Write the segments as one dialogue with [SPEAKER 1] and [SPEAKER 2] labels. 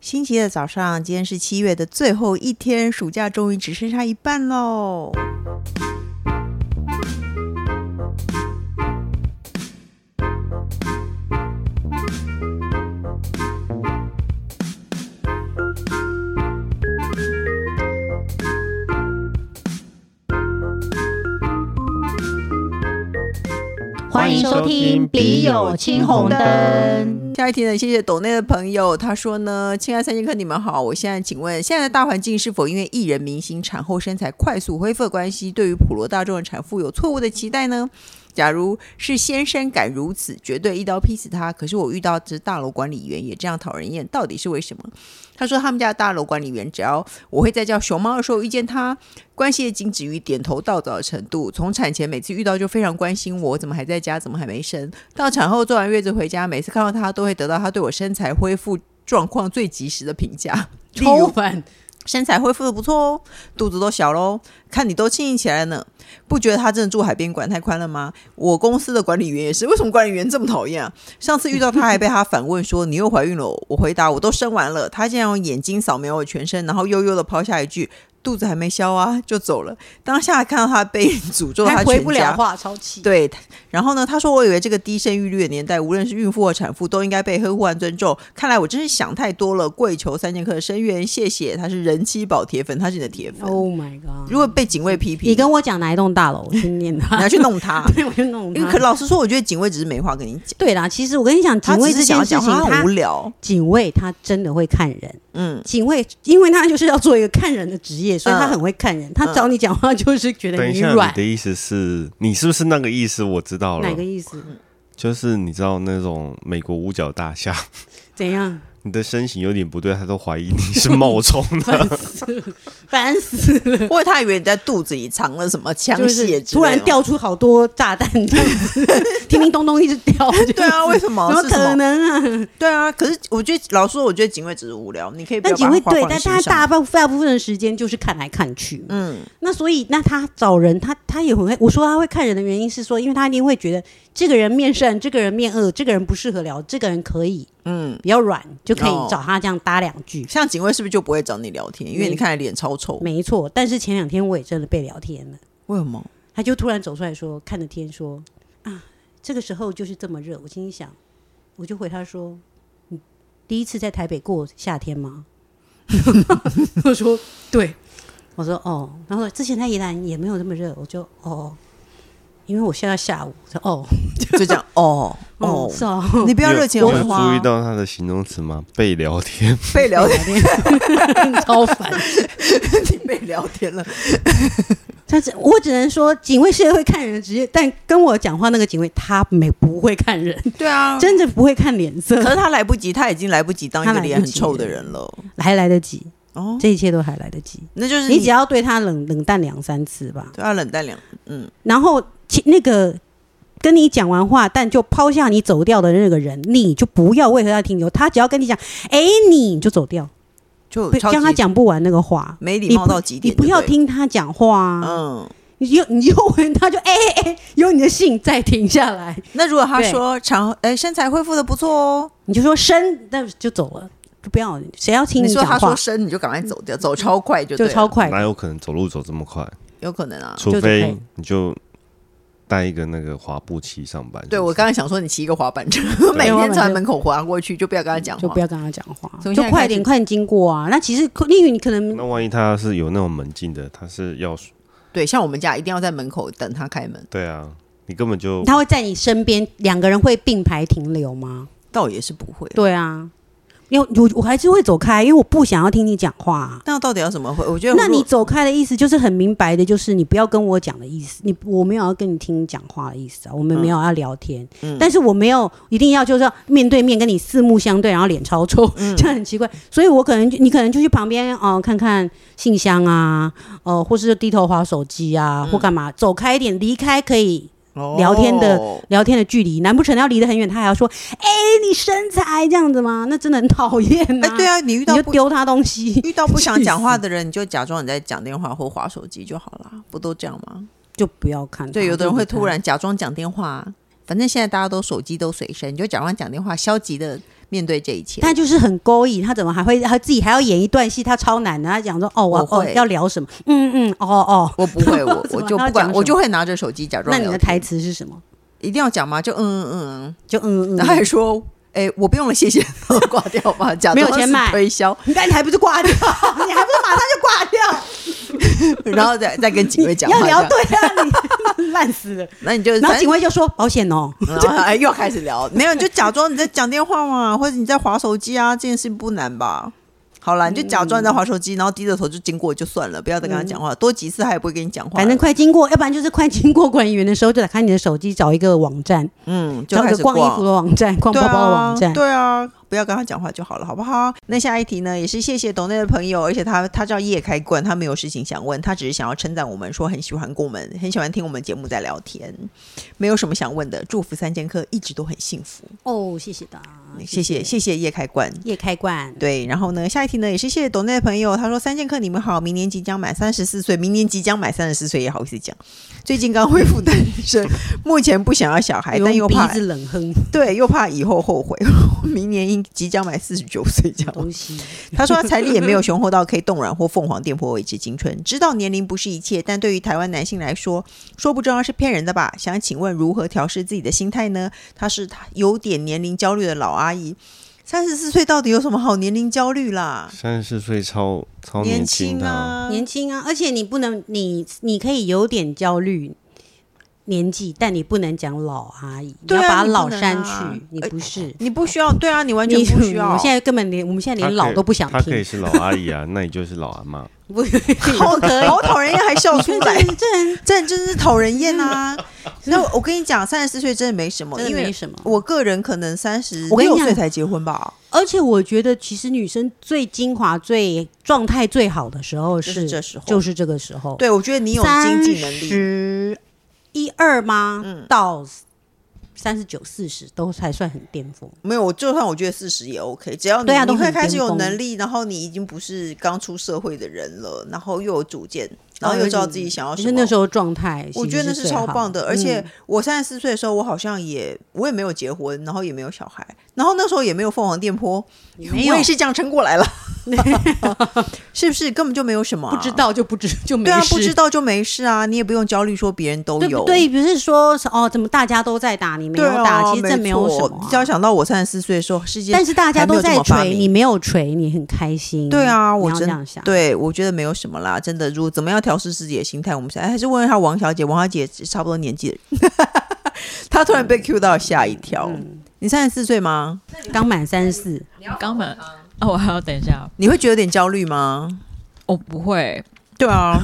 [SPEAKER 1] 星期一的早上，今天是七月的最后一天，暑假终于只剩下一半喽。
[SPEAKER 2] 欢迎收听《笔友青红灯》。
[SPEAKER 1] 嗯下一题呢？谢谢抖内的朋友，他说呢：“亲爱三剑客，你们好，我现在请问，现在的大环境是否因为艺人明星产后身材快速恢复的关系，对于普罗大众的产妇有错误的期待呢？假如是先生敢如此，绝对一刀劈死他。可是我遇到这大楼管理员也这样讨人厌，到底是为什么？”他说他们家的大楼管理员，只要我会在叫熊猫的时候遇见他，关系也仅止于点头道早的程度。从产前每次遇到就非常关心我，怎么还在家，怎么还没生，到产后坐完月子回家，每次看到他都会得到他对我身材恢复状况最及时的评 价。例
[SPEAKER 2] 超
[SPEAKER 1] 如
[SPEAKER 2] 烦，
[SPEAKER 1] 身材恢复的不错哦，肚子都小喽，看你都轻盈起来了呢。不觉得他真的住海边管太宽了吗？我公司的管理员也是，为什么管理员这么讨厌啊？上次遇到他还被他反问说你又怀孕了哦，我回答我都生完了，他竟然用眼睛扫描我全身，然后悠悠的抛下一句肚子还没消啊就走了。当下看到他被诅咒，他
[SPEAKER 2] 还
[SPEAKER 1] 全
[SPEAKER 2] 哎回不了
[SPEAKER 1] 家
[SPEAKER 2] 话，超气。
[SPEAKER 1] 对，然后呢？他说：“我以为这个低生育率的年代，无论是孕妇或产妇，都应该被呵护和尊重。看来我真是想太多了。跪求三剑客的声援，谢谢。他是人妻宝铁粉，他是你的铁粉。
[SPEAKER 2] ，Oh my god！
[SPEAKER 1] 如果被警卫批评，
[SPEAKER 2] 你跟我讲哪一栋大楼，我去念
[SPEAKER 1] 你要
[SPEAKER 2] 他，
[SPEAKER 1] 去弄他
[SPEAKER 2] 。对，我就弄
[SPEAKER 1] 因为可
[SPEAKER 2] 他。
[SPEAKER 1] 老实说，我觉得警卫只是没话跟你讲，
[SPEAKER 2] 对啦，其实我跟你讲，
[SPEAKER 1] 他只
[SPEAKER 2] 警卫
[SPEAKER 1] 是
[SPEAKER 2] 这
[SPEAKER 1] 想
[SPEAKER 2] 件
[SPEAKER 1] 要
[SPEAKER 2] 事情，
[SPEAKER 1] 讲他
[SPEAKER 2] 他
[SPEAKER 1] 很无聊。
[SPEAKER 2] 警卫他真的会看人。
[SPEAKER 1] 嗯，
[SPEAKER 2] 警卫，因为他就是要做一个看人的职业，所以他很会看人。他找你讲话就是觉得
[SPEAKER 3] 等一
[SPEAKER 2] 你
[SPEAKER 3] 下，
[SPEAKER 2] 软
[SPEAKER 3] 你，的意思是你是不是那个意思？我知
[SPEAKER 1] 嗯
[SPEAKER 3] 道了
[SPEAKER 2] 哪，个意思？
[SPEAKER 3] 就是你知道那种美国五角大厦，
[SPEAKER 2] 怎样？
[SPEAKER 3] 你的身形有点不对，他都怀疑你是 冒充的。
[SPEAKER 2] 烦死了，烦死了！
[SPEAKER 1] 不过他以为你在肚子里藏了什么枪
[SPEAKER 2] 就
[SPEAKER 1] 械之类
[SPEAKER 2] 是
[SPEAKER 1] 的，
[SPEAKER 2] 突然掉出好多炸弹，这样子 叮叮咚咚一直掉。
[SPEAKER 1] 对啊，为什么？
[SPEAKER 2] 怎么
[SPEAKER 1] 是什
[SPEAKER 2] 可能啊？
[SPEAKER 1] 对啊，可是我觉得老实说，我觉得警卫只是无聊，你可以不
[SPEAKER 2] 但
[SPEAKER 1] 要
[SPEAKER 2] 警
[SPEAKER 1] 把
[SPEAKER 2] 卫
[SPEAKER 1] 他
[SPEAKER 2] 对，
[SPEAKER 1] 划
[SPEAKER 2] 但
[SPEAKER 1] 放
[SPEAKER 2] 他
[SPEAKER 1] 心
[SPEAKER 2] 大
[SPEAKER 1] 上。
[SPEAKER 2] 部大部分的时间就是看来看去。
[SPEAKER 1] 嗯，
[SPEAKER 2] 那所以，那他找人，他他也很会。我说他会看人的原因是说，因为他一定会觉得这个人面善，这个人面恶，这个人不适合聊，这个人可以，嗯，比较软，就可
[SPEAKER 1] 哦
[SPEAKER 2] 以找他这样搭两句。
[SPEAKER 1] 像警卫是不是就不会找你聊天？因为你看来脸超臭。
[SPEAKER 2] 没错，但是前两天我也真的被聊天了，
[SPEAKER 1] 为什么？
[SPEAKER 2] 他就突然走出来说，看着天说啊，这个时候就是这么热。我心里想，我就回他说，你第一次在台北过夏天吗？ 我说对，我说哦，然后之前在宜兰也没有这么热，我就哦，因为我现在下午，我说哦
[SPEAKER 1] 就这样 哦
[SPEAKER 2] 哦
[SPEAKER 1] 哦，
[SPEAKER 2] 是哦，
[SPEAKER 1] 你不
[SPEAKER 3] 不
[SPEAKER 1] 要热情
[SPEAKER 3] 有
[SPEAKER 1] 有
[SPEAKER 3] 有
[SPEAKER 1] 文化
[SPEAKER 3] 注意
[SPEAKER 1] 啊，
[SPEAKER 3] 到他的形容 词吗？被聊天，
[SPEAKER 1] 被 聊天，
[SPEAKER 2] 超烦。
[SPEAKER 1] 你被聊天 了，
[SPEAKER 2] 但是我只能说，警卫是会看人的职业，但跟我讲话那个警卫他没不会看人，
[SPEAKER 1] 对啊。
[SPEAKER 2] 真的不会看脸色。
[SPEAKER 1] 可是他来不及，他已经来不及当一
[SPEAKER 2] 他
[SPEAKER 1] 个
[SPEAKER 2] 来不
[SPEAKER 1] 脸很
[SPEAKER 2] 及
[SPEAKER 1] 臭
[SPEAKER 2] 了
[SPEAKER 1] 的人了。
[SPEAKER 2] 还来得及，
[SPEAKER 1] 哦，
[SPEAKER 2] 这一切都还来得及。
[SPEAKER 1] 那就是
[SPEAKER 2] 你只要对他冷冷淡两三次吧，
[SPEAKER 1] 对他冷淡两，嗯，
[SPEAKER 2] 然后其那个跟你讲完话，但就抛下你走掉的那个人，你就不要为何要停留。他只要跟你讲，哎，你就走掉，
[SPEAKER 1] 就
[SPEAKER 2] 不
[SPEAKER 1] 超
[SPEAKER 2] 让他
[SPEAKER 1] 级
[SPEAKER 2] 讲不完那个话，
[SPEAKER 1] 没礼
[SPEAKER 2] 你
[SPEAKER 1] 貌
[SPEAKER 2] 不
[SPEAKER 1] 到极
[SPEAKER 2] 你
[SPEAKER 1] 点，
[SPEAKER 2] 不要
[SPEAKER 1] 对对，
[SPEAKER 2] 听他讲话啊！
[SPEAKER 1] 嗯。
[SPEAKER 2] 你就你就问他就，哎哎哎，有你的信再停下来，
[SPEAKER 1] 那如果他
[SPEAKER 2] 对
[SPEAKER 1] 说长哎身材恢复的不错哦，
[SPEAKER 2] 你就说生，那就走了，就不要谁要听
[SPEAKER 1] 你说
[SPEAKER 2] 讲
[SPEAKER 1] 他
[SPEAKER 2] 话
[SPEAKER 1] 说生你就赶快走掉，走超快就
[SPEAKER 2] 就
[SPEAKER 1] 对
[SPEAKER 2] 超
[SPEAKER 1] 了，
[SPEAKER 2] 快，
[SPEAKER 3] 哪有可能走路走这么快？
[SPEAKER 1] 有可能啊。
[SPEAKER 3] 除
[SPEAKER 2] 就可
[SPEAKER 3] 非
[SPEAKER 2] 以
[SPEAKER 3] 你就带一个那个滑步机上班。
[SPEAKER 1] 对
[SPEAKER 3] 是不
[SPEAKER 1] 我
[SPEAKER 3] 是
[SPEAKER 1] 刚才想说你骑一个滑板车， 每
[SPEAKER 2] 滑
[SPEAKER 1] 天
[SPEAKER 2] 板
[SPEAKER 1] 从他
[SPEAKER 2] 车
[SPEAKER 1] 门口滑过去，就不要跟他讲
[SPEAKER 2] 就
[SPEAKER 1] 话
[SPEAKER 2] 不。要跟他讲话
[SPEAKER 1] 从，
[SPEAKER 2] 就
[SPEAKER 1] 现在开
[SPEAKER 2] 快
[SPEAKER 1] 始
[SPEAKER 2] 点快点经过啊。那其实可例如你可能
[SPEAKER 3] 那万一他是有那种门禁的，他是 要
[SPEAKER 1] 对，像我们家一定要在门口等他开门，
[SPEAKER 3] 对啊，你根本就
[SPEAKER 2] 他会在你身边，两个人会并排停留吗？
[SPEAKER 1] 倒也是不会。
[SPEAKER 2] 对啊，因为我我还是会走开，因为我不想要听你讲话啊、
[SPEAKER 1] 那到底要怎么回？我觉得
[SPEAKER 2] 那
[SPEAKER 1] 如
[SPEAKER 2] 你
[SPEAKER 1] 果
[SPEAKER 2] 走开的意思就是很明白的，就是你不要跟我讲的意思，你我没有要跟你听你讲话的意思啊，我们没有要聊天，但是我没有一定要就是要面对面跟你四目相对，然后脸超臭， 这样很奇怪，所以我可能就你可能就去旁边哦、呃看看信箱啊，呃，或是低头划手机啊，或干嘛，走开一点，离开可以聊天的
[SPEAKER 1] 哦
[SPEAKER 2] 聊天的距离，难不成要离得很远，他还要说，哎、你身材这样子吗？那真的很讨厌
[SPEAKER 1] 哎、
[SPEAKER 2] 啊！
[SPEAKER 1] 对，啊，你遇
[SPEAKER 2] 你
[SPEAKER 1] 到
[SPEAKER 2] 就
[SPEAKER 1] 不
[SPEAKER 2] 丢他东西，
[SPEAKER 1] 遇到不想讲话的人，你就假装你在讲电话或划手机就好 啦，不都这样吗？
[SPEAKER 2] 就不要看他。
[SPEAKER 1] 对，有的人
[SPEAKER 2] 就
[SPEAKER 1] 会
[SPEAKER 2] 离开
[SPEAKER 1] 啊突然假装讲电话，反正现在大家都手机都随身，你就假装讲电话，消极的面对这一切。
[SPEAKER 2] 他就是很勾引，他怎么还会他自己还要演一段戏，他超难的。他讲说哦，我
[SPEAKER 1] 我
[SPEAKER 2] 哦
[SPEAKER 1] 会
[SPEAKER 2] 要聊什么？嗯嗯，哦哦。
[SPEAKER 1] 我不 会，我
[SPEAKER 2] 怎
[SPEAKER 1] 我
[SPEAKER 2] 么
[SPEAKER 1] 就
[SPEAKER 2] 他
[SPEAKER 1] 不
[SPEAKER 2] 要
[SPEAKER 1] 管
[SPEAKER 2] 讲，什
[SPEAKER 1] 我就
[SPEAKER 2] 么
[SPEAKER 1] 会拿着手机假装
[SPEAKER 2] 那
[SPEAKER 1] 聊天。
[SPEAKER 2] 你的台词是什么？
[SPEAKER 1] 一定要讲吗？就嗯嗯嗯
[SPEAKER 2] 就嗯嗯
[SPEAKER 1] 嗯，
[SPEAKER 2] 嗯，
[SPEAKER 1] 然后还 说，哎，我不用了，谢 谢，然后挂掉吧，假
[SPEAKER 2] 没有
[SPEAKER 1] 装
[SPEAKER 2] 钱
[SPEAKER 1] 是
[SPEAKER 2] 买
[SPEAKER 1] 推销，
[SPEAKER 2] 你看你还不是挂掉，你还不是马上就挂掉？
[SPEAKER 1] 然后再再跟警卫讲 话
[SPEAKER 2] 要
[SPEAKER 1] 这样。
[SPEAKER 2] 聊对啊，你 烂死了。
[SPEAKER 1] 那你就
[SPEAKER 2] 然
[SPEAKER 1] 反
[SPEAKER 2] 后
[SPEAKER 1] 正
[SPEAKER 2] 警卫就说保险哦，
[SPEAKER 1] 然后哎，又开始聊，没有，你就假装你在讲电话嘛，或者你在划手机啊，这件事不难吧？好啦，你就假装你
[SPEAKER 2] 嗯
[SPEAKER 1] 在划手机，然后低着头就经过就算了，不要再跟他讲话，多几次他也不会跟你讲话了。
[SPEAKER 2] 反正快经过，要不然就是快经过管理员的时候，就打开你的手机找一个网站，
[SPEAKER 1] 嗯，就
[SPEAKER 2] 找一
[SPEAKER 1] 开
[SPEAKER 2] 个
[SPEAKER 1] 始
[SPEAKER 2] 逛衣服的网站，逛包
[SPEAKER 1] 对啊，
[SPEAKER 2] 包的网站。
[SPEAKER 1] 对啊，不要跟他讲话就好了，好不好？那下一题呢，也是谢谢董内的朋友，而且他他叫叶开冠，他没有事情想问，他只是想要称赞我们，说很喜欢跟我们，很喜欢听我们节目在聊天，没有什么想问的，祝福三剑客一直都很幸福，
[SPEAKER 2] 哦，谢谢大家，
[SPEAKER 1] 谢谢谢谢叶开冠。
[SPEAKER 2] 叶开冠。
[SPEAKER 1] 对，然后呢，下一题呢也是谢谢董内的朋友，他说三剑客你们好，明年即将满三十四岁，明年即将满三十四岁也好意思讲，最近刚恢复单身，目前不想要小孩，但又
[SPEAKER 2] 用鼻
[SPEAKER 1] 怕
[SPEAKER 2] 子冷哼
[SPEAKER 1] 对，又怕以后后悔， 明年应即将满四十九岁这样。
[SPEAKER 2] 东西，
[SPEAKER 1] 他说他财力也没有雄厚到可以冻卵或凤凰电波维持青春。知道年龄不是一切，但对于台湾男性来说，说不重要是骗人的吧？想请问如何调试自己的心态呢？他是有点年龄焦虑的老阿姨，三十四岁到底有什么好年龄焦虑啦？
[SPEAKER 3] 三十四岁超超
[SPEAKER 1] 年
[SPEAKER 3] 轻
[SPEAKER 1] 轻
[SPEAKER 3] 的、
[SPEAKER 1] 啊，
[SPEAKER 2] 年轻啊，而且你不能，你你可以有点焦虑年纪，但你不能讲老阿姨，
[SPEAKER 1] 对啊
[SPEAKER 2] 你要把
[SPEAKER 1] 你不
[SPEAKER 2] 老
[SPEAKER 1] 能
[SPEAKER 2] 删去，
[SPEAKER 1] 啊
[SPEAKER 2] 你不是。
[SPEAKER 1] 你不需要，对啊，你完全
[SPEAKER 2] 你
[SPEAKER 1] 不需
[SPEAKER 2] 我
[SPEAKER 1] 要
[SPEAKER 2] 们。现在根本连我们现在
[SPEAKER 3] 他可
[SPEAKER 2] 连
[SPEAKER 3] 以
[SPEAKER 2] 老都不想
[SPEAKER 3] 他可
[SPEAKER 2] 听，
[SPEAKER 3] 以是老阿姨啊，那你就是老阿妈。
[SPEAKER 2] 不
[SPEAKER 1] 好好讨人厌，还笑出来，
[SPEAKER 2] 这人
[SPEAKER 1] 这真是讨人厌啊！ 那我跟你讲，三十四岁真的没什么，
[SPEAKER 2] 真
[SPEAKER 1] 因
[SPEAKER 2] 的
[SPEAKER 1] 为
[SPEAKER 2] 没什么。
[SPEAKER 1] 我个人可能三十
[SPEAKER 2] 我跟
[SPEAKER 1] 六
[SPEAKER 2] 你讲
[SPEAKER 1] 岁才结婚吧，
[SPEAKER 2] 而且我觉得，其实女生最精华、最状态最好的时候，
[SPEAKER 1] 就是是这时候。
[SPEAKER 2] 就是这个时候。
[SPEAKER 1] 对，我觉得你有经济能力，嗯
[SPEAKER 2] 十一二吗？到三十九、四十都才算很巅峰。
[SPEAKER 1] 没有，我就算我觉得四十也 OK，只要你
[SPEAKER 2] 对啊
[SPEAKER 1] 你
[SPEAKER 2] 都
[SPEAKER 1] 会
[SPEAKER 2] 很
[SPEAKER 1] 开始
[SPEAKER 2] 巅
[SPEAKER 1] 有
[SPEAKER 2] 峰
[SPEAKER 1] 能力，然后你已经不是刚出社会的人了，然后又有主见，然
[SPEAKER 2] 哦
[SPEAKER 1] 后又知道自己想要
[SPEAKER 2] 就
[SPEAKER 1] 什
[SPEAKER 2] 是
[SPEAKER 1] 么。
[SPEAKER 2] 那时候状态，
[SPEAKER 1] 我觉得那
[SPEAKER 2] 其
[SPEAKER 1] 是
[SPEAKER 2] 实最
[SPEAKER 1] 超
[SPEAKER 2] 好嗯
[SPEAKER 1] 棒的，而且我三十四岁的时候，我好像也我也没有结婚，然后也没有小孩，然后那时候也没有凤凰电波，
[SPEAKER 2] 没有
[SPEAKER 1] 我也是这样撑过 来了， 是不是根本就没有什么啊、
[SPEAKER 2] 不知道就不知就没
[SPEAKER 1] 对啊，
[SPEAKER 2] 事
[SPEAKER 1] 不知道就没事啊，你也不用焦虑说别人都
[SPEAKER 2] 对
[SPEAKER 1] 有，
[SPEAKER 2] 不对？不是说是哦，怎么大家都在打，你没
[SPEAKER 1] 对
[SPEAKER 2] 有
[SPEAKER 1] 啊，
[SPEAKER 2] 打，其实这没有什
[SPEAKER 1] 错
[SPEAKER 2] 么
[SPEAKER 1] 你
[SPEAKER 2] 啊、
[SPEAKER 1] 只要想到我三十四岁的时候，世界
[SPEAKER 2] 但是大家
[SPEAKER 1] 还没
[SPEAKER 2] 都
[SPEAKER 1] 有这
[SPEAKER 2] 在
[SPEAKER 1] 么发
[SPEAKER 2] 锤，
[SPEAKER 1] 明
[SPEAKER 2] 你没有锤，你很开心。
[SPEAKER 1] 对啊，我
[SPEAKER 2] 嗯你要这
[SPEAKER 1] 真
[SPEAKER 2] 样想。
[SPEAKER 1] 对我觉得没有什么啦，真的。如果怎么样调试自己的心态，我们想哎还是问一下王小姐，王小姐差不多年纪的人，她突
[SPEAKER 2] 嗯
[SPEAKER 1] 然被 Q 到吓一跳。你三十四岁吗？
[SPEAKER 2] 刚满三十四，
[SPEAKER 4] 刚满哦，我还要等一下，
[SPEAKER 1] 你会觉得有点焦虑吗？
[SPEAKER 4] 我、
[SPEAKER 2] 哦
[SPEAKER 4] 不会，
[SPEAKER 1] 对 啊，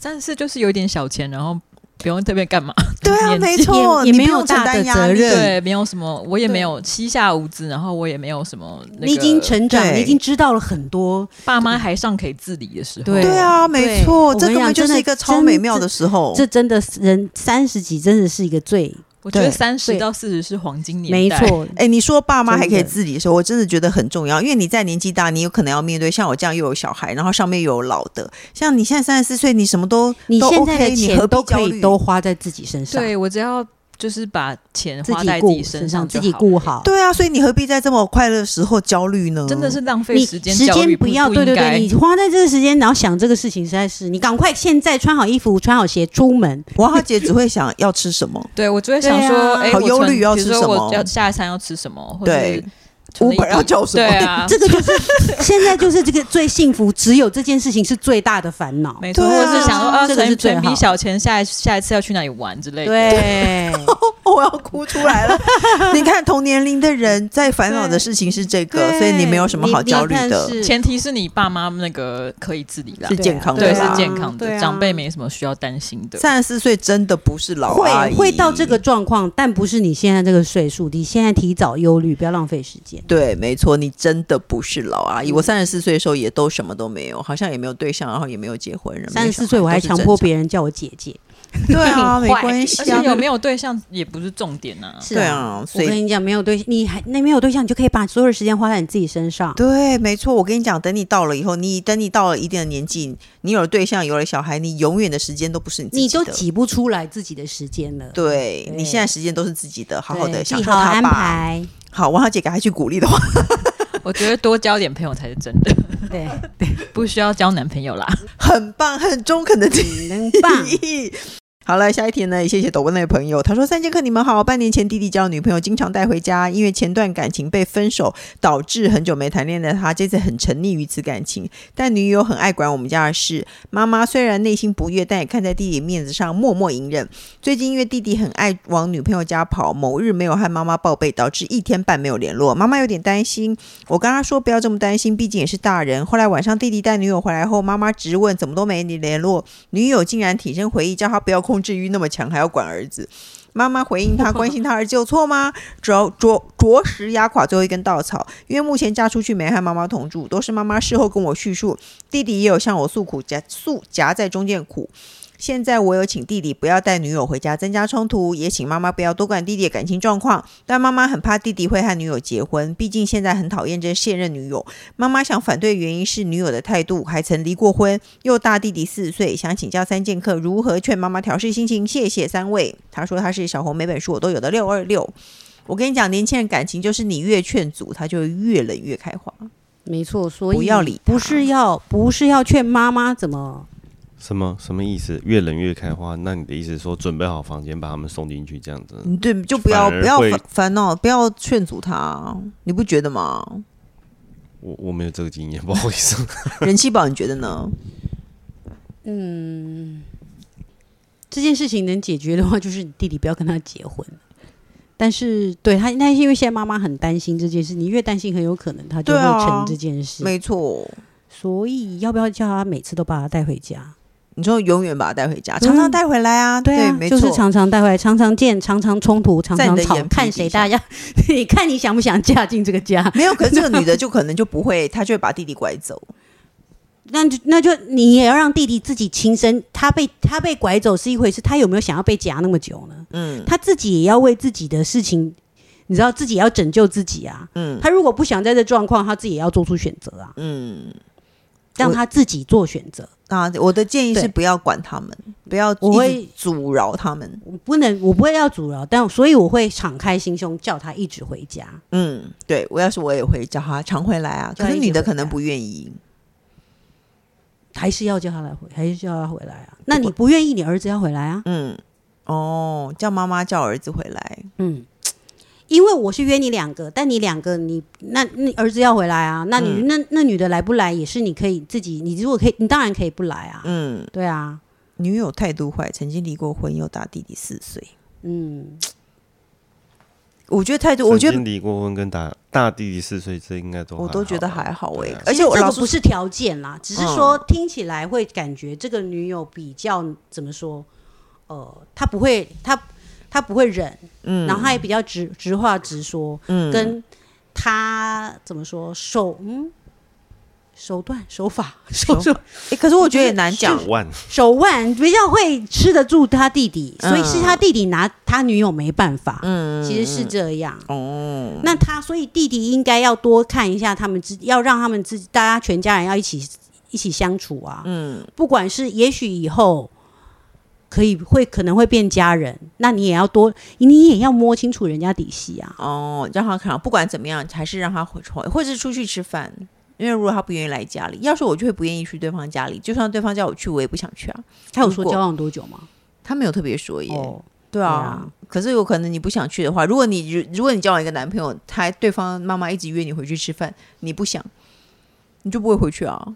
[SPEAKER 4] 但是就是有点小钱，然后不用特别干嘛，
[SPEAKER 1] 对啊，
[SPEAKER 4] 年纪
[SPEAKER 1] 没错，
[SPEAKER 2] 也
[SPEAKER 1] 你
[SPEAKER 2] 也没
[SPEAKER 1] 不
[SPEAKER 2] 有
[SPEAKER 1] 用承
[SPEAKER 2] 大的
[SPEAKER 1] 担压
[SPEAKER 2] 责
[SPEAKER 1] 力
[SPEAKER 2] 任
[SPEAKER 4] 对，没有什么，我也没有膝下无子，然后我也没有什么、那个，
[SPEAKER 2] 你已经成长，
[SPEAKER 1] 对
[SPEAKER 2] 你已经知道了很多。
[SPEAKER 4] 爸妈还尚可以自理的时候，
[SPEAKER 2] 对
[SPEAKER 1] 对啊，没错，
[SPEAKER 2] 对
[SPEAKER 1] 这
[SPEAKER 2] 我跟
[SPEAKER 1] 根
[SPEAKER 2] 你
[SPEAKER 1] 本
[SPEAKER 2] 讲
[SPEAKER 1] 就
[SPEAKER 2] 真
[SPEAKER 1] 是
[SPEAKER 2] 的
[SPEAKER 1] 一个超
[SPEAKER 2] 真
[SPEAKER 1] 美妙
[SPEAKER 2] 这
[SPEAKER 1] 的时候。
[SPEAKER 2] 这真的是人三十几真的是一个最
[SPEAKER 4] 我觉
[SPEAKER 1] 对
[SPEAKER 4] 得三十
[SPEAKER 2] 对
[SPEAKER 4] 到四十是黄金年
[SPEAKER 2] 没
[SPEAKER 4] 代，
[SPEAKER 2] 错，
[SPEAKER 1] 哎、你说爸妈还可以
[SPEAKER 2] 真的
[SPEAKER 1] 自理的时候，我真的觉得很重要，因为你在年纪大，你有可能要面对像我这样又有小孩，然后上面又有老的。像你现在三十四岁，你什么都
[SPEAKER 2] 你
[SPEAKER 1] 都
[SPEAKER 2] 现在
[SPEAKER 1] OK，
[SPEAKER 2] 的
[SPEAKER 1] 你何
[SPEAKER 2] 钱
[SPEAKER 1] 必
[SPEAKER 2] 都可
[SPEAKER 1] 焦
[SPEAKER 2] 以
[SPEAKER 1] 虑
[SPEAKER 2] 都花在自己身上，
[SPEAKER 4] 对我只要就是把钱
[SPEAKER 2] 自
[SPEAKER 4] 花
[SPEAKER 2] 己
[SPEAKER 4] 在自己
[SPEAKER 2] 顾
[SPEAKER 4] 身
[SPEAKER 2] 上，
[SPEAKER 4] 上，
[SPEAKER 2] 自己，顾好。
[SPEAKER 1] 对啊，所以你何必在这么快乐的时候焦虑呢？
[SPEAKER 4] 真的是浪费
[SPEAKER 2] 你
[SPEAKER 4] 时间，
[SPEAKER 2] 时
[SPEAKER 4] 焦虑
[SPEAKER 2] 间
[SPEAKER 4] 不
[SPEAKER 2] 要，对对对，你
[SPEAKER 4] 你
[SPEAKER 2] 花在这个时间，然后想这个事情，实在是你赶快现在穿好衣服，穿好鞋出门。
[SPEAKER 1] 王浩姐只会想要吃什 么
[SPEAKER 4] 对我就会想说，
[SPEAKER 2] 对啊
[SPEAKER 4] 哎、
[SPEAKER 1] 好
[SPEAKER 4] 我
[SPEAKER 1] 忧虑
[SPEAKER 4] 存
[SPEAKER 1] 要
[SPEAKER 4] 比如
[SPEAKER 1] 吃
[SPEAKER 4] 说
[SPEAKER 1] 什
[SPEAKER 4] 我
[SPEAKER 1] 么
[SPEAKER 4] 要下一餐要吃什么，或者
[SPEAKER 1] 对
[SPEAKER 4] 存了一
[SPEAKER 1] ，Uber
[SPEAKER 4] 笔
[SPEAKER 1] 要叫什
[SPEAKER 4] 对
[SPEAKER 1] 么？
[SPEAKER 4] 啊，
[SPEAKER 2] 这个 就是现在就是这个最幸福，只有这件事情是最大的烦恼。
[SPEAKER 4] 没错，
[SPEAKER 1] 对
[SPEAKER 4] 或
[SPEAKER 1] 啊
[SPEAKER 4] 者是想说啊，
[SPEAKER 2] 这个是
[SPEAKER 4] 存
[SPEAKER 2] 最
[SPEAKER 4] 存笔
[SPEAKER 2] 好
[SPEAKER 4] 小钱，下一下一次要去哪里玩之类的。
[SPEAKER 2] 对，
[SPEAKER 1] 我要哭出来了。 你看同年龄的人在烦恼的事情是这个，所以你没有什么
[SPEAKER 2] 对
[SPEAKER 1] 好
[SPEAKER 2] 你
[SPEAKER 1] 焦
[SPEAKER 2] 你
[SPEAKER 1] 虑
[SPEAKER 2] 看
[SPEAKER 1] 的。
[SPEAKER 2] 是
[SPEAKER 4] 前提是你爸妈那个可以自理啦
[SPEAKER 1] 是，健康的
[SPEAKER 4] 对，
[SPEAKER 1] 啦
[SPEAKER 4] 是健康
[SPEAKER 2] 对
[SPEAKER 4] 的，
[SPEAKER 2] 啊
[SPEAKER 4] 长辈没什么需要担心的。
[SPEAKER 1] 三十四岁真的不是老阿
[SPEAKER 2] 会
[SPEAKER 1] 姨，
[SPEAKER 2] 会到这个状况，但不是你现在这个岁数，你现在提早忧虑，不要浪费时间。
[SPEAKER 1] 对，没错，你真的不是老阿
[SPEAKER 2] 嗯
[SPEAKER 1] 姨。我三十四岁的时候也都什么都没有，好像也没有对象，然后也没有结婚。
[SPEAKER 2] 三十四岁我还强迫别人叫我姐姐，
[SPEAKER 1] 人，对啊，
[SPEAKER 2] 很
[SPEAKER 1] 没
[SPEAKER 2] 坏
[SPEAKER 1] 关
[SPEAKER 4] 而
[SPEAKER 1] 系
[SPEAKER 4] 且
[SPEAKER 1] 啊，
[SPEAKER 4] 有没有对象也不是重点啊，
[SPEAKER 2] 是
[SPEAKER 1] 对，啊，
[SPEAKER 2] 我
[SPEAKER 1] 所
[SPEAKER 2] 跟
[SPEAKER 1] 以。
[SPEAKER 2] 你讲，没有对，你还那没有对象，你就可以把所有的时间花在你自己身上。
[SPEAKER 1] 对，没错。我跟你讲，等你到了以后，你等你到了一定的年纪，你有了对象，有了小孩，你永远的时间都不是你自己
[SPEAKER 2] 你
[SPEAKER 1] 的。
[SPEAKER 2] 都挤不出来自己的时间了，
[SPEAKER 1] 对
[SPEAKER 2] 对
[SPEAKER 1] 你现在时间都是自己的，好好
[SPEAKER 2] 对
[SPEAKER 1] 的
[SPEAKER 2] 自
[SPEAKER 1] 享
[SPEAKER 2] 己
[SPEAKER 1] 受
[SPEAKER 2] 好好
[SPEAKER 1] 它
[SPEAKER 2] 安
[SPEAKER 1] 吧。
[SPEAKER 2] 排。
[SPEAKER 1] 好，王小姐给他去鼓励的 话，
[SPEAKER 4] 我觉得多交点朋友才是真的，
[SPEAKER 2] 对，
[SPEAKER 4] 不需要交男朋友啦。
[SPEAKER 1] 很棒，很中肯的建议。
[SPEAKER 2] 能棒。
[SPEAKER 1] 好了，下一题呢？也谢谢抖温的朋友，他说：“三剑客，你们好。半年前弟弟交女朋友，经常带回家，因为前段感情被分手，导致很久没谈恋爱的他，这次很沉溺于此感情。但女友很爱管我们家的事，妈妈虽然内心不悦，但也看在弟弟面子上默默隐忍。最近因为弟弟很爱往女朋友家跑，某日没有和妈妈报备，导致一天半没有联络。妈妈有点担心，我跟她说不要这么担心，毕竟也是大人。后来晚上弟弟带女友回来后，妈妈直问怎么都没你联络，女友竟然挺身回忆，叫他不要控制欲那么强，还要管儿子。妈妈回应他，关心他儿子有错吗？着着着实压垮最后一根稻草，因为目前嫁出去没和妈妈同住，都是妈妈事后跟我叙述，弟弟也有向我诉苦，夹诉夹在中间苦。现在我有请弟弟不要带女友回家，增加冲突，也请妈妈不要多管弟弟的感情状况。但妈妈很怕弟弟会和女友结婚，毕竟现在很讨厌这现任女友。妈妈想反对原因是女友的态度，还曾离过婚，又大弟弟四岁，想请教三剑客如何劝妈妈调试心情。谢谢三位。他说他是小红每本书我都有的六二六。我跟你讲，年轻人感情就是你越劝阻，他就越冷越开花。
[SPEAKER 2] 没错，所以
[SPEAKER 1] 不要理他
[SPEAKER 2] 不是要不是要劝妈妈怎么
[SPEAKER 3] 什么什么意思？越冷越开花？那你的意思是说准备好房间，把他们送进去这样子？
[SPEAKER 1] 你对，就不要
[SPEAKER 3] 反而
[SPEAKER 1] 不要
[SPEAKER 3] 会
[SPEAKER 1] 烦烦恼，不要劝阻他，你不觉得吗？
[SPEAKER 3] 我我没有这个经验，不好意思。
[SPEAKER 1] 人气宝，你觉得 呢？
[SPEAKER 2] 这件事情能解决的话，就是你弟弟不要跟他结婚。但是对他，那是因为现在妈妈很担心这件事，你越担心，很有可能他就
[SPEAKER 1] 对
[SPEAKER 2] 会
[SPEAKER 1] 啊
[SPEAKER 2] 成这件事。
[SPEAKER 1] 没错，
[SPEAKER 2] 所以要不要叫他每次都把他带回家？
[SPEAKER 1] 你说永远把它带回家，
[SPEAKER 2] 嗯
[SPEAKER 1] 常常带回来啊，
[SPEAKER 2] 对啊，
[SPEAKER 1] 没
[SPEAKER 2] 就
[SPEAKER 1] 错，
[SPEAKER 2] 是常常带回来，常常见，常常冲突，常
[SPEAKER 1] 在你
[SPEAKER 2] 常
[SPEAKER 1] 的
[SPEAKER 2] 吵
[SPEAKER 1] 眼，皮
[SPEAKER 2] 看
[SPEAKER 1] 底
[SPEAKER 2] 谁
[SPEAKER 1] 下
[SPEAKER 2] 大家， 你看你想不想嫁进这个家？
[SPEAKER 1] 没有。可是这个女的就可能就不会，她就会把弟弟拐 走。
[SPEAKER 2] 那就那就你也要让弟弟自己亲身，他被他被拐走是一回事，他有没有想要被夹那么久呢？
[SPEAKER 1] 嗯
[SPEAKER 2] 他自己也要为自己的事情，你知道自己要拯救自己啊。
[SPEAKER 1] 嗯
[SPEAKER 2] 他如果不想在这状况，他自己也要做出选择啊，
[SPEAKER 1] 嗯。
[SPEAKER 2] 让他自己做选择。
[SPEAKER 1] 啊，我的建议是
[SPEAKER 2] 对
[SPEAKER 1] 不要管他们，不要
[SPEAKER 2] 我
[SPEAKER 1] 一
[SPEAKER 2] 会
[SPEAKER 1] 直阻挠他们。
[SPEAKER 2] 我不能，我不会要阻挠，但所以我会敞开心胸叫他一直回家。
[SPEAKER 1] 嗯，对我要是我也会叫她常回来啊，
[SPEAKER 2] 叫
[SPEAKER 1] 可
[SPEAKER 2] 她
[SPEAKER 1] 是
[SPEAKER 2] 一直
[SPEAKER 1] 女的可
[SPEAKER 2] 回
[SPEAKER 1] 能
[SPEAKER 2] 来
[SPEAKER 1] 不愿意。
[SPEAKER 2] 还是要叫他来回，还是叫他回来啊？那你不愿意，你儿子要回来啊？
[SPEAKER 1] 嗯，哦，叫妈妈叫儿子回来。
[SPEAKER 2] 嗯，因为我是约你两个，但你两个你那你儿子要回来啊？那你、
[SPEAKER 1] 嗯
[SPEAKER 2] 那那女的来不来也是你可以自己，你如果可以，你当然可以不来啊。
[SPEAKER 1] 嗯，
[SPEAKER 2] 对啊，
[SPEAKER 1] 女友态度坏，曾经离过婚，又大弟弟四岁。
[SPEAKER 2] 嗯，
[SPEAKER 1] 我觉得态 度，我觉
[SPEAKER 3] 曾
[SPEAKER 1] 得
[SPEAKER 3] 经离过婚跟大大弟弟四岁，这应该都
[SPEAKER 1] 我
[SPEAKER 3] 还
[SPEAKER 1] 都觉得
[SPEAKER 3] 好吧
[SPEAKER 1] 还好哎、
[SPEAKER 3] 对啊
[SPEAKER 1] 而且我
[SPEAKER 2] 这
[SPEAKER 1] 老
[SPEAKER 2] 个
[SPEAKER 1] 实哦
[SPEAKER 2] 不是条件啦，只是说听起来会感觉这个女友比较怎么说？呃，她不会，她她不会忍，
[SPEAKER 1] 嗯
[SPEAKER 2] 然后她也比较直直话直说，
[SPEAKER 1] 嗯
[SPEAKER 2] 跟她怎么说手嗯手段手法手手
[SPEAKER 1] 诶欸可是我觉得也难讲
[SPEAKER 3] 手，腕
[SPEAKER 2] 手腕比较会吃得住他弟弟，
[SPEAKER 1] 嗯
[SPEAKER 2] 所以是他弟弟拿他女友没办法，
[SPEAKER 1] 嗯，
[SPEAKER 2] 其实是这样。
[SPEAKER 1] 哦，
[SPEAKER 2] 那他所以弟弟应该要多看一下他们之，要让他们自己大家全家人要一起一起相处啊。
[SPEAKER 1] 嗯
[SPEAKER 2] 不管是也许以后可以会可能会变家人，那你也要多，你也要摸清楚人家底细啊。
[SPEAKER 1] 哦，让他看，不管怎么样，还是让他回回，或者是出去吃饭。因为如果他不愿意来家里，要是我就会不愿意去对方家里，就算对方叫我去，我也不想去啊。
[SPEAKER 2] 他有说
[SPEAKER 1] 如果
[SPEAKER 2] 交往多久吗？
[SPEAKER 1] 他没有特别说耶，
[SPEAKER 2] 哦，
[SPEAKER 1] 对啊。可是有可能你不想去的话，如果你如如果你交往一个男朋友，他对方妈妈一直约你回去吃饭，你不想，你就不会回去啊。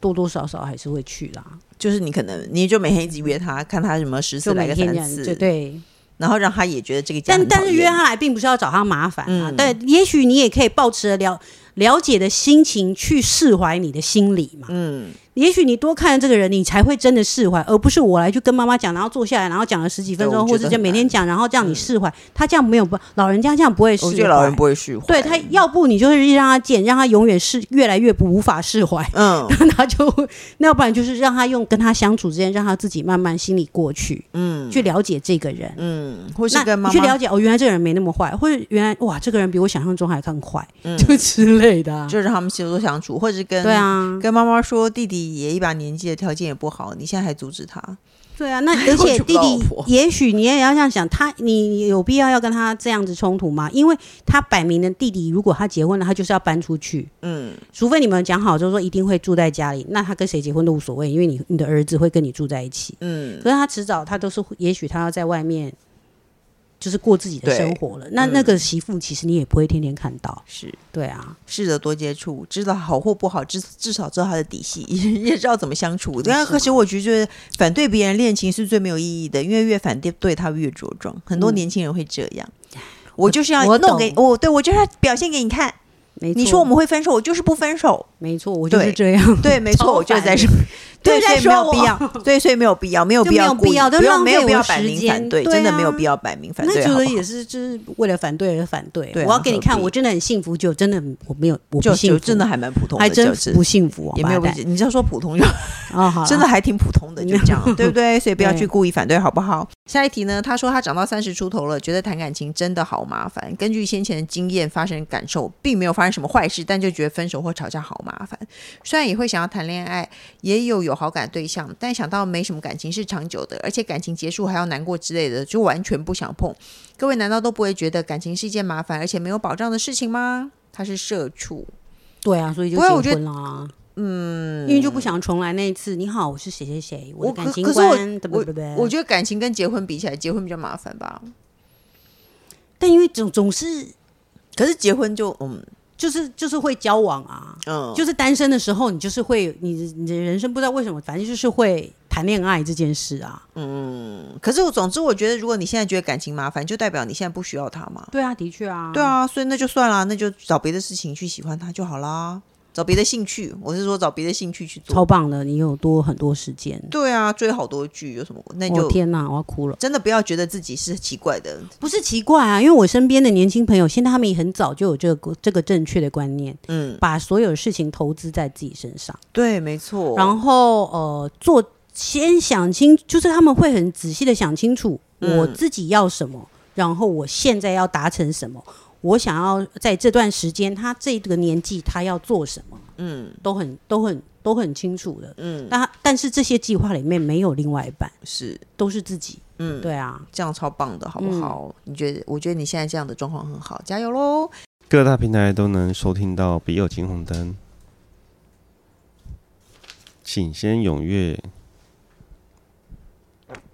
[SPEAKER 2] 多多少少还是会去啦，
[SPEAKER 1] 就是你可能你就每天一直约他，看他什么十次
[SPEAKER 2] 就
[SPEAKER 1] 来
[SPEAKER 2] 每
[SPEAKER 1] 个
[SPEAKER 2] 天
[SPEAKER 1] 三
[SPEAKER 2] 这样
[SPEAKER 1] 次
[SPEAKER 2] 就，对。
[SPEAKER 1] 然后让他也觉得这个家
[SPEAKER 2] 但
[SPEAKER 1] 很讨
[SPEAKER 2] 但是约
[SPEAKER 1] 厌
[SPEAKER 2] 他来，并不是要找他麻烦啊。
[SPEAKER 1] 嗯
[SPEAKER 2] 但也许你也可以抱持了了解的心情去释怀你的心理嘛。
[SPEAKER 1] 嗯
[SPEAKER 2] 也许你多看这个人，你才会真的释怀，而不是我来去跟妈妈讲，然后坐下来，然后讲了十几分
[SPEAKER 1] 对我
[SPEAKER 2] 钟，
[SPEAKER 1] 觉
[SPEAKER 2] 或
[SPEAKER 1] 得
[SPEAKER 2] 者就每天讲，然后让
[SPEAKER 1] 嗯
[SPEAKER 2] 你释怀。他这样没有不，老人家这样不会释
[SPEAKER 1] 我
[SPEAKER 2] 怀。
[SPEAKER 1] 觉得老人不会释怀，
[SPEAKER 2] 对他，要不你就是让他见，让他永远是越来越不无法释怀。
[SPEAKER 1] 嗯
[SPEAKER 2] 那他就会，那要不然就是让他用跟他相处之间，让他自己慢慢心里过去，
[SPEAKER 1] 嗯
[SPEAKER 2] 去了解这个人。
[SPEAKER 1] 嗯，或是
[SPEAKER 2] 那
[SPEAKER 1] 跟妈
[SPEAKER 2] 你去
[SPEAKER 1] 妈
[SPEAKER 2] 了，解哦，原来这个人没那么坏，或者原来哇，这个人比我想象中还更坏，
[SPEAKER 1] 嗯
[SPEAKER 2] 就之类的、啊。
[SPEAKER 1] 就让他们多多相处，或者跟
[SPEAKER 2] 对啊，
[SPEAKER 1] 跟妈妈说弟弟弟也一把年纪了，条件也不好，你现在还阻止他？
[SPEAKER 2] 对啊，那
[SPEAKER 1] 还
[SPEAKER 2] 而且
[SPEAKER 1] 有娶不
[SPEAKER 2] 弟
[SPEAKER 1] 到老
[SPEAKER 2] 弟
[SPEAKER 1] 婆，
[SPEAKER 2] 也许你也要这样想，他你你有必要要跟他这样子冲突吗？因为他摆明了，弟弟如果他结婚了，他就是要搬出去，
[SPEAKER 1] 嗯，
[SPEAKER 2] 除非你们讲好就是说一定会住在家里，那他跟谁结婚都无所谓，因为你你的儿子会跟你住在一起。
[SPEAKER 1] 嗯，
[SPEAKER 2] 可是他迟早他都是，也许他要在外面就是过自己的
[SPEAKER 1] 对
[SPEAKER 2] 生活了。那
[SPEAKER 1] 嗯
[SPEAKER 2] 那个媳妇其实你也不会天天看到，
[SPEAKER 1] 是。
[SPEAKER 2] 对啊，
[SPEAKER 1] 试着多接触，知道好或不好，至至少知道他的底细， 也知道怎么相处。对啊，可是我觉得就是反对别人恋情是最没有意义的，因为越反对对他越茁壮。很多
[SPEAKER 2] 嗯
[SPEAKER 1] 年轻人会这样，我就是要
[SPEAKER 2] 我
[SPEAKER 1] 弄给我，对我就是要表现给你看。
[SPEAKER 2] 没错。
[SPEAKER 1] 你说我们会分手，我就是不分 手。
[SPEAKER 2] 没错，我就是
[SPEAKER 1] 对
[SPEAKER 2] 这样。
[SPEAKER 1] 对， 没错，
[SPEAKER 2] 超
[SPEAKER 1] 我就是在
[SPEAKER 2] 烦的
[SPEAKER 1] 说，对，
[SPEAKER 2] 就
[SPEAKER 1] 所
[SPEAKER 2] 在
[SPEAKER 1] 以没
[SPEAKER 2] 说
[SPEAKER 1] 有
[SPEAKER 2] 我
[SPEAKER 1] 必要， 对，所以没有必要，没有
[SPEAKER 2] 就
[SPEAKER 1] 必要
[SPEAKER 2] 没有
[SPEAKER 1] 故意，
[SPEAKER 2] 必要都
[SPEAKER 1] 不用
[SPEAKER 2] 浪
[SPEAKER 1] 没有
[SPEAKER 2] 费
[SPEAKER 1] 必
[SPEAKER 2] 我
[SPEAKER 1] 要摆
[SPEAKER 2] 时
[SPEAKER 1] 明
[SPEAKER 2] 间
[SPEAKER 1] 反对，
[SPEAKER 2] 对
[SPEAKER 1] 真的没有
[SPEAKER 2] 啊
[SPEAKER 1] 必要摆明反
[SPEAKER 2] 那
[SPEAKER 1] 对，
[SPEAKER 2] 觉
[SPEAKER 1] 好
[SPEAKER 2] 得
[SPEAKER 1] 不好
[SPEAKER 2] 也是，就是为了反对而反对。
[SPEAKER 1] 对啊
[SPEAKER 2] 我要给你看，
[SPEAKER 1] 何必
[SPEAKER 2] 我真的很幸福，就真的我没有，我
[SPEAKER 1] 就
[SPEAKER 2] 不幸
[SPEAKER 1] 就
[SPEAKER 2] 福，
[SPEAKER 1] 真的还蛮普通的，
[SPEAKER 2] 还真
[SPEAKER 1] 就是
[SPEAKER 2] 不幸福，王
[SPEAKER 1] 也没有
[SPEAKER 2] 八
[SPEAKER 1] 不
[SPEAKER 2] 蛋
[SPEAKER 1] 你就说普通就
[SPEAKER 2] 啊、好啦，
[SPEAKER 1] 真的还挺普通的，就这样， 对不对？所以不要去
[SPEAKER 2] 对
[SPEAKER 1] 故意反对，好不好？下一题呢？他说他长到三十出头了，觉得谈感情真的好麻烦。根据先前的经验发生感受，并没有发生什么坏事，但就觉得分手或吵架好麻烦。虽然也会想要谈恋爱，也有有好感对象，但想到没什么感情是长久的，而且感情结束还要难过之类的，就完全不想碰。各位难道都不会觉得感情是一件麻烦而且没有保障的事情吗？他是社畜，
[SPEAKER 2] 对啊，所以就
[SPEAKER 1] 不会我觉
[SPEAKER 2] 结
[SPEAKER 1] 得
[SPEAKER 2] 婚了啊。嗯，因为就不想重来那一次。你好，我是谁谁谁，我的
[SPEAKER 1] 我
[SPEAKER 2] 感
[SPEAKER 1] 可
[SPEAKER 2] 情
[SPEAKER 1] 可是我
[SPEAKER 2] 观，对不对？
[SPEAKER 1] 我觉得感情跟结婚比起来，结婚比较麻烦吧。
[SPEAKER 2] 但因为总总是
[SPEAKER 1] 可是结婚就嗯
[SPEAKER 2] 就是就是会交往啊，
[SPEAKER 1] 嗯，
[SPEAKER 2] 就是单身的时候，你就是会你的你的人生不知道为什么，反正就是会谈恋爱这件事啊。
[SPEAKER 1] 可是我总之我觉得，如果你现在觉得感情麻烦，就代表你现在不需要他嘛。
[SPEAKER 2] 对啊，的确啊，
[SPEAKER 1] 对，啊，所以那就算了，那就找别的事情去喜欢他就好啦，找别的兴趣。我是说找别的兴趣去
[SPEAKER 2] 超
[SPEAKER 1] 做。
[SPEAKER 2] 棒的，你有多很多时间。
[SPEAKER 1] 对啊，追好多剧有什么？那你
[SPEAKER 2] 我、
[SPEAKER 1] 就
[SPEAKER 2] 哦、天哪，我要哭了。
[SPEAKER 1] 真的不要觉得自己是奇怪的。
[SPEAKER 2] 不是奇怪啊，因为我身边的年轻朋友，现在他们也很早就有这个这个正确的观念，
[SPEAKER 1] 嗯，
[SPEAKER 2] 把所有事情投资在自己身上，
[SPEAKER 1] 对，没错。
[SPEAKER 2] 然后呃，做先想清，就是他们会很仔细的想清楚
[SPEAKER 1] 嗯
[SPEAKER 2] 我自己要什么，然后我现在要达成什么，我想要在这段时间，他这个年纪他要做什么，
[SPEAKER 1] 嗯
[SPEAKER 2] 都很都很都很清楚的。
[SPEAKER 1] 嗯，
[SPEAKER 2] 那但是这些计划里面没有另外一半，
[SPEAKER 1] 是
[SPEAKER 2] 都是自己。
[SPEAKER 1] 嗯，
[SPEAKER 2] 对嗯啊，
[SPEAKER 1] 这样超棒的，好不好？你觉得？我觉得你现在这样的状况很好，加油喽！
[SPEAKER 3] 各大平台都能收听到《笔友金红灯》，请先踊跃，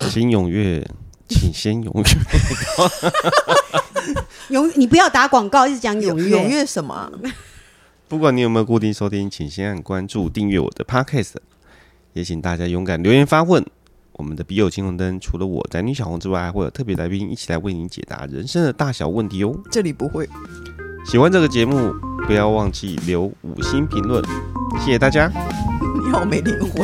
[SPEAKER 3] 请踊跃，请先踊跃。
[SPEAKER 2] 永你不要打广告，一直讲永
[SPEAKER 1] 踊
[SPEAKER 2] 远。
[SPEAKER 1] 跃什么 啊？
[SPEAKER 3] 不管你有没有固定收听，请先按关注、订阅我的 Podcast，也请大家勇敢留言发问。我们的笔友青红灯，除了我宅女小红之外，还会有特别来宾一起来为您解答人生的大小问题哦。
[SPEAKER 1] 这里不会。
[SPEAKER 3] 喜欢这个节目，不要忘记留五星评论，谢谢大家。
[SPEAKER 1] 你好没灵魂。